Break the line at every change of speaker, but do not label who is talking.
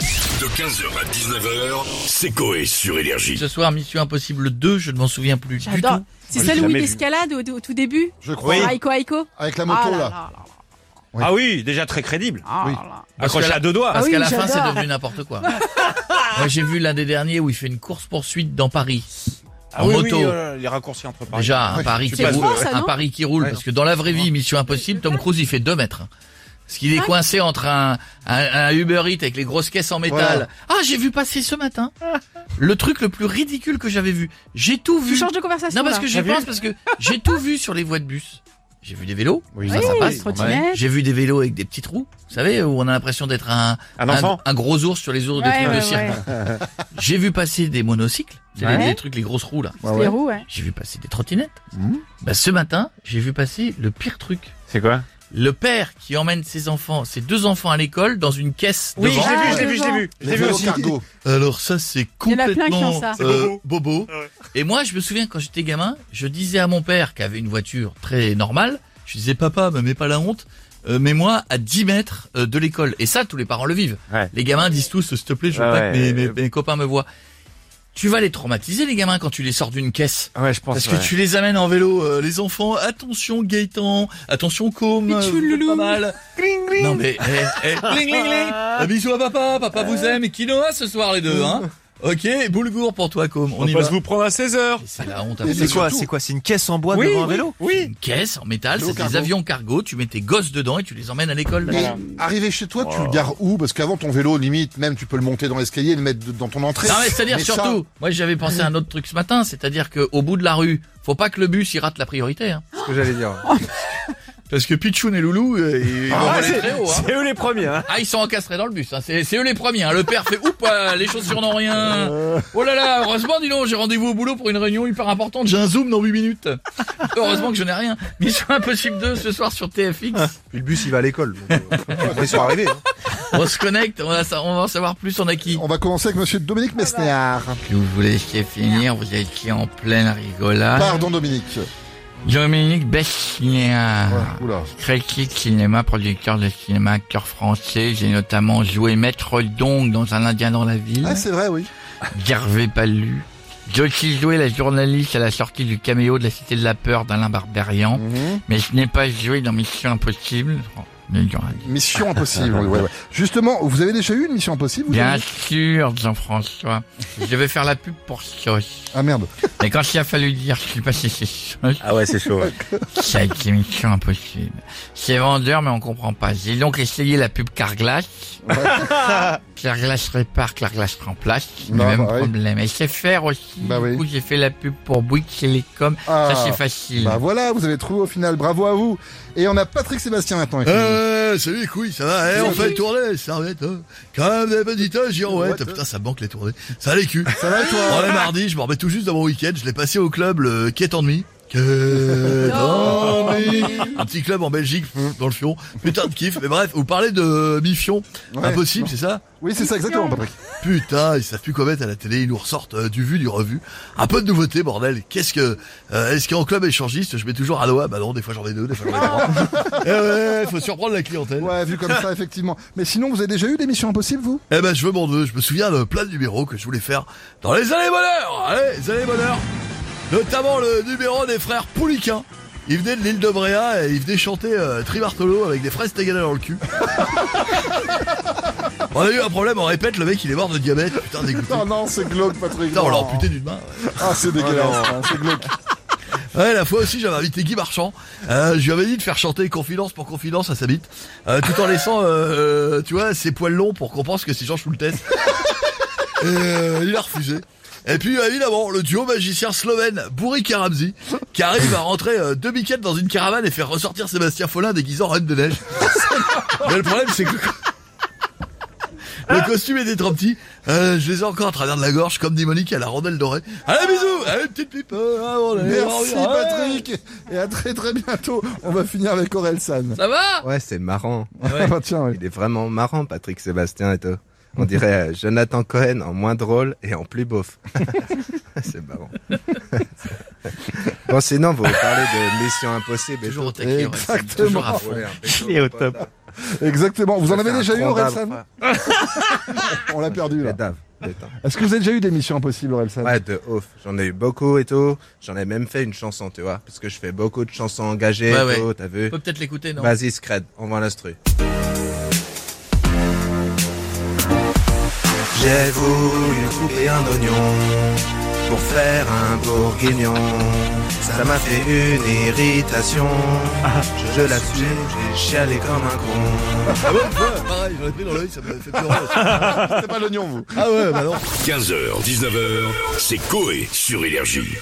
De 15h à 19h, c'est Coé sur Énergie.
Ce soir, Mission Impossible 2, je ne m'en souviens plus du
J'adore.
tout.
C'est
Moi,
celle
j'ai
où il
jamais vu.
escalade au, au tout début
Je crois. Oui.
Aiko Aiko
Avec la moto,
Ah
là. Oui.
Ah oui, déjà très crédible.
Ah
Oui.
là.
Parce que
Accroché
là-
à deux doigts.
Parce
oui,
qu'à la fin,
j'adore.
c'est devenu n'importe quoi. Moi, j'ai vu l'un des derniers où il fait une course-poursuite dans Paris.
Ah
en
oui,
moto.
oui, euh, les raccourcis entre paris.
Déjà, un
Ouais,
Paris
tu
qui
passes
roule.
devant, ça,
un
non
Paris qui roule.
Ouais.
Parce que dans la vraie vie, Mission Impossible, Tom Cruise, il fait 2 mètres. Parce qu'il est coincé entre un, un, un Uber Eats avec les grosses caisses en métal. Ah, j'ai vu passer ce matin le truc le plus ridicule que j'avais vu. J'ai tout
Tu
vu.
changes de conversation
Non, parce
là.
que j'y
T'as vu
pense, parce que j'ai tout vu sur les voies de bus. J'ai vu des vélos.
Oui,
Oui,
ça passe.
trottinette.
J'ai vu des vélos avec des petits trous, vous savez, où on a l'impression d'être un,
Un enfant.
un gros ours sur les ours de
Ouais,
trucs de
ouais,
cirque. J'ai vu passer des monocycles, c'est les-
Ouais.
les, trucs, les grosses roues là.
Ah Ouais,
Les
ouais.
roues, ouais.
J'ai vu passer des trottinettes. Bah, ce matin, j'ai vu passer le pire truc.
Mmh. C'est quoi
Le père qui emmène ses enfants, ses deux enfants à l'école dans une caisse
Oui, je
devant.
l'ai vu, je l'ai
Ah,
vu, je l'ai vu. Je
Les
l'ai vu
vélos
aussi.
cargo.
Alors ça c'est
Il y en a plein qui
complètement
ont ça. C'est
euh, bobo. Et moi je me souviens quand j'étais gamin, je disais à mon père qui avait une voiture très normale, je disais papa me mets pas la honte, euh, mets-moi à 10 mètres euh, de l'école. Et ça tous les parents le vivent.
Ouais.
Les gamins disent tous s'il te plaît je veux
Ouais,
pas que
ouais.
mes, mes- mes copains me voient. Tu vas les traumatiser les gamins quand tu les sors d'une caisse.
Ah Ouais, je pense.
Parce que
ouais.
tu les amènes en vélo, euh, les enfants, attention Gaëtan, attention Com, euh,
Pichou,
vous êtes
loulou.
pas mal. Non mais, eh, eh, gling, gling, gling. Un bisou à papa, papa vous aime et quinoa ce soir les deux, hein. Ok, boulgour pour toi Com, on,
Mmh. On
y
va
va.
se vous prendre à 16h.
Et C'est la honte.
Mais
absolue.
C'est quoi
surtout-
C'est quoi C'est une caisse en bois devant un vélo
Oui.
Une caisse en métal,
Vélo
c'est des
cargo.
avions cargo, tu mets tes gosses dedans et tu les emmènes à l'école.
Mais arrivé chez toi, tu le gares où Parce qu'avant ton vélo, limite, même tu peux le monter dans l'escalier et le mettre de- dans ton entrée.
Non mais c'est-à-dire
Mais ça-
surtout, moi j'avais pensé à un autre truc ce matin, c'est-à-dire qu'au bout de la rue, faut pas que le bus y rate la priorité. Hein.
C'est ce que j'allais dire. Ah,
Parce que Pichoun et Loulou, euh, ils vont voler
c'est
très haut. hein.
c'est eux les premiers. hein.
Ah, ils sont encastrés dans le bus. hein. C'est c'est eux les premiers. hein. Le père fait oup, euh, les chaussures n'ont rien. Oh là là, heureusement, dis donc, j'ai rendez-vous au boulot pour une réunion hyper importante. J'ai un zoom dans 8 minutes. heureusement que je n'ai rien. Mission Impossible 2 ce soir sur TFX.
Puis le bus, il va à l'école. Ils sont arrivés.
hein.
On se connecte, on va, sa- on va en savoir plus. On a qui
On va commencer avec monsieur Dominique Messner.
Que vous voulez finir, vous étiez en pleine rigolade.
Pardon Dominique.
Dominique Besnier.
Ouais, oula.
Critique cinéma, producteur de cinéma, acteur français. J'ai notamment joué Maître Dong dans Un Indien dans la ville.
Ah c'est vrai oui.
Gervais Palu. J'ai aussi joué la journaliste à la sortie du caméo de la Cité de la Peur d'Alain Barberian,
Mhm.
mais je n'ai pas joué dans Mission Impossible. Oh, le journaliste.
Mission impossible. oui, ouais, ouais. Justement, vous avez déjà eu une mission impossible vous,
Bien
Dominique
sûr, Jean-François. Je vais faire la pub pour Sauce.
Ah merde.
Mais quand il a fallu dire je suis passé chez Sauce,
Ah ouais, c'est chaud.
ça a été Mission Impossible. C'est vendeur, mais on comprend pas. J'ai donc essayé la pub Carglass. Carglass répare, Carglass remplace. Le
Non,
même
bah oui.
problème. Et c'est faire aussi.
Bah
du
oui.
coup, j'ai fait la pub pour Bouygues Télécom.
Ah.
Ça c'est facile.
Bah voilà, vous avez trouvé au final. Bravo à vous. Et on a Patrick Sébastien maintenant. avec nous.
Euh, salut les couilles, ça va eh, On
Salut.
fait tourner les serviettes, hein. quand même des petites hein, girouettes. Putain, ça manque les tournées. Ça les culs.
Ça va et toi
On est mardi, je m'en remets tout juste dans mon week-end. Je l'ai passé au club le Quai d'ennui. Quai d'ennui. Un petit club en Belgique, dans le Fion. Putain de kiff. Mais bref, vous parlez de Mifion.
Ouais.
Impossible, c'est ça
Oui c'est ça exactement Patrick.
Putain, ils savent plus quoi mettre à la télé, ils nous ressortent euh, du vu, du revu. Un peu de nouveauté, bordel. Qu'est-ce que, euh, est-ce qu'en club échangiste, je mets toujours à l'OA Bah non, des fois j'en ai deux, des fois j'en ai trois. eh ouais, faut surprendre la clientèle.
Ouais vu comme ça effectivement. Mais sinon vous avez déjà eu des missions impossibles vous
Eh ben, je veux mon neveu, je me souviens de plein de numéros que je voulais faire dans les années bonheur. Allez, les années bonheur. Notamment le numéro des frères Pouliquin. Ils venaient de l'île de Bréa et ils venaient chanter euh, Tribartolo avec des fraises Tagada dans le cul. on a eu un problème, on répète, le mec il est mort de diabète. Putain, dégoûté.
Non non c'est glauque Patrick.
Putain, on l'a
non.
amputé d'une main.
Ah c'est dégueulasse. hein, c'est glauque.
Ouais, la fois aussi, j'avais invité Guy Marchand. Euh, je lui avais dit de faire chanter Confidence pour Confidence à sa bite, euh, tout en laissant, euh, euh, tu vois, ses poils longs pour qu'on pense que c'est Jean Schultes. Et, euh, il a refusé. Et puis, bah, évidemment, le duo magicien slovène Bourri Ramzi, qui arrive à rentrer euh, deux biquettes dans une caravane et faire ressortir Sébastien Follin déguisé en Reine de Neige. Mais le problème, c'est que... Le costume était trop petit. Euh, je les ai encore à travers de la gorge, comme dit Monique à la rondelle dorée. Allez, bisous Allez, petite pipe euh, ah, on est-
Merci
on est-
Patrick et à très très bientôt. On va finir avec Aurel San.
Ça va
Ouais, c'est marrant.
Ah bah tiens, oui.
Il est vraiment marrant, Patrick Sébastien et tout. On dirait euh, Jonathan Cohen en moins drôle et en plus beauf. c'est marrant. bon, sinon, vous parlez de Mission Impossible et
Toujours au
tout.
taquet, ouais,
Exactement.
toujours à fond.
Ouais, impeccable.
Il est au top.
Exactement. Vous en avez
faire un
déjà eu,
tronc
Orelsan On l'a perdu,
La
là.
dave. putain.
Est-ce que vous avez déjà eu des missions impossibles, Orelsan
Ouais, de ouf. J'en ai eu beaucoup et tout. J'en ai même fait une chanson, tu vois. Parce que je fais beaucoup de chansons engagées
Ouais,
et
ouais.
tout, t'as vu
On peut peut-être l'écouter,
Bah,
non
Vas-y, Scred, on va l'instru. J'ai voulu couper un oignon pour faire un bourguignon. Ça m'a fait une irritation. Ah, Je, je l'assume, j'ai chialé comme un con.
Ah Pareil, j'en ai pris dans l'œil, ça m'avait fait peur.
C'est pas l'oignon, vous.
Ah ouais, bah non.
15h, 19h, c'est Coé sur Énergie.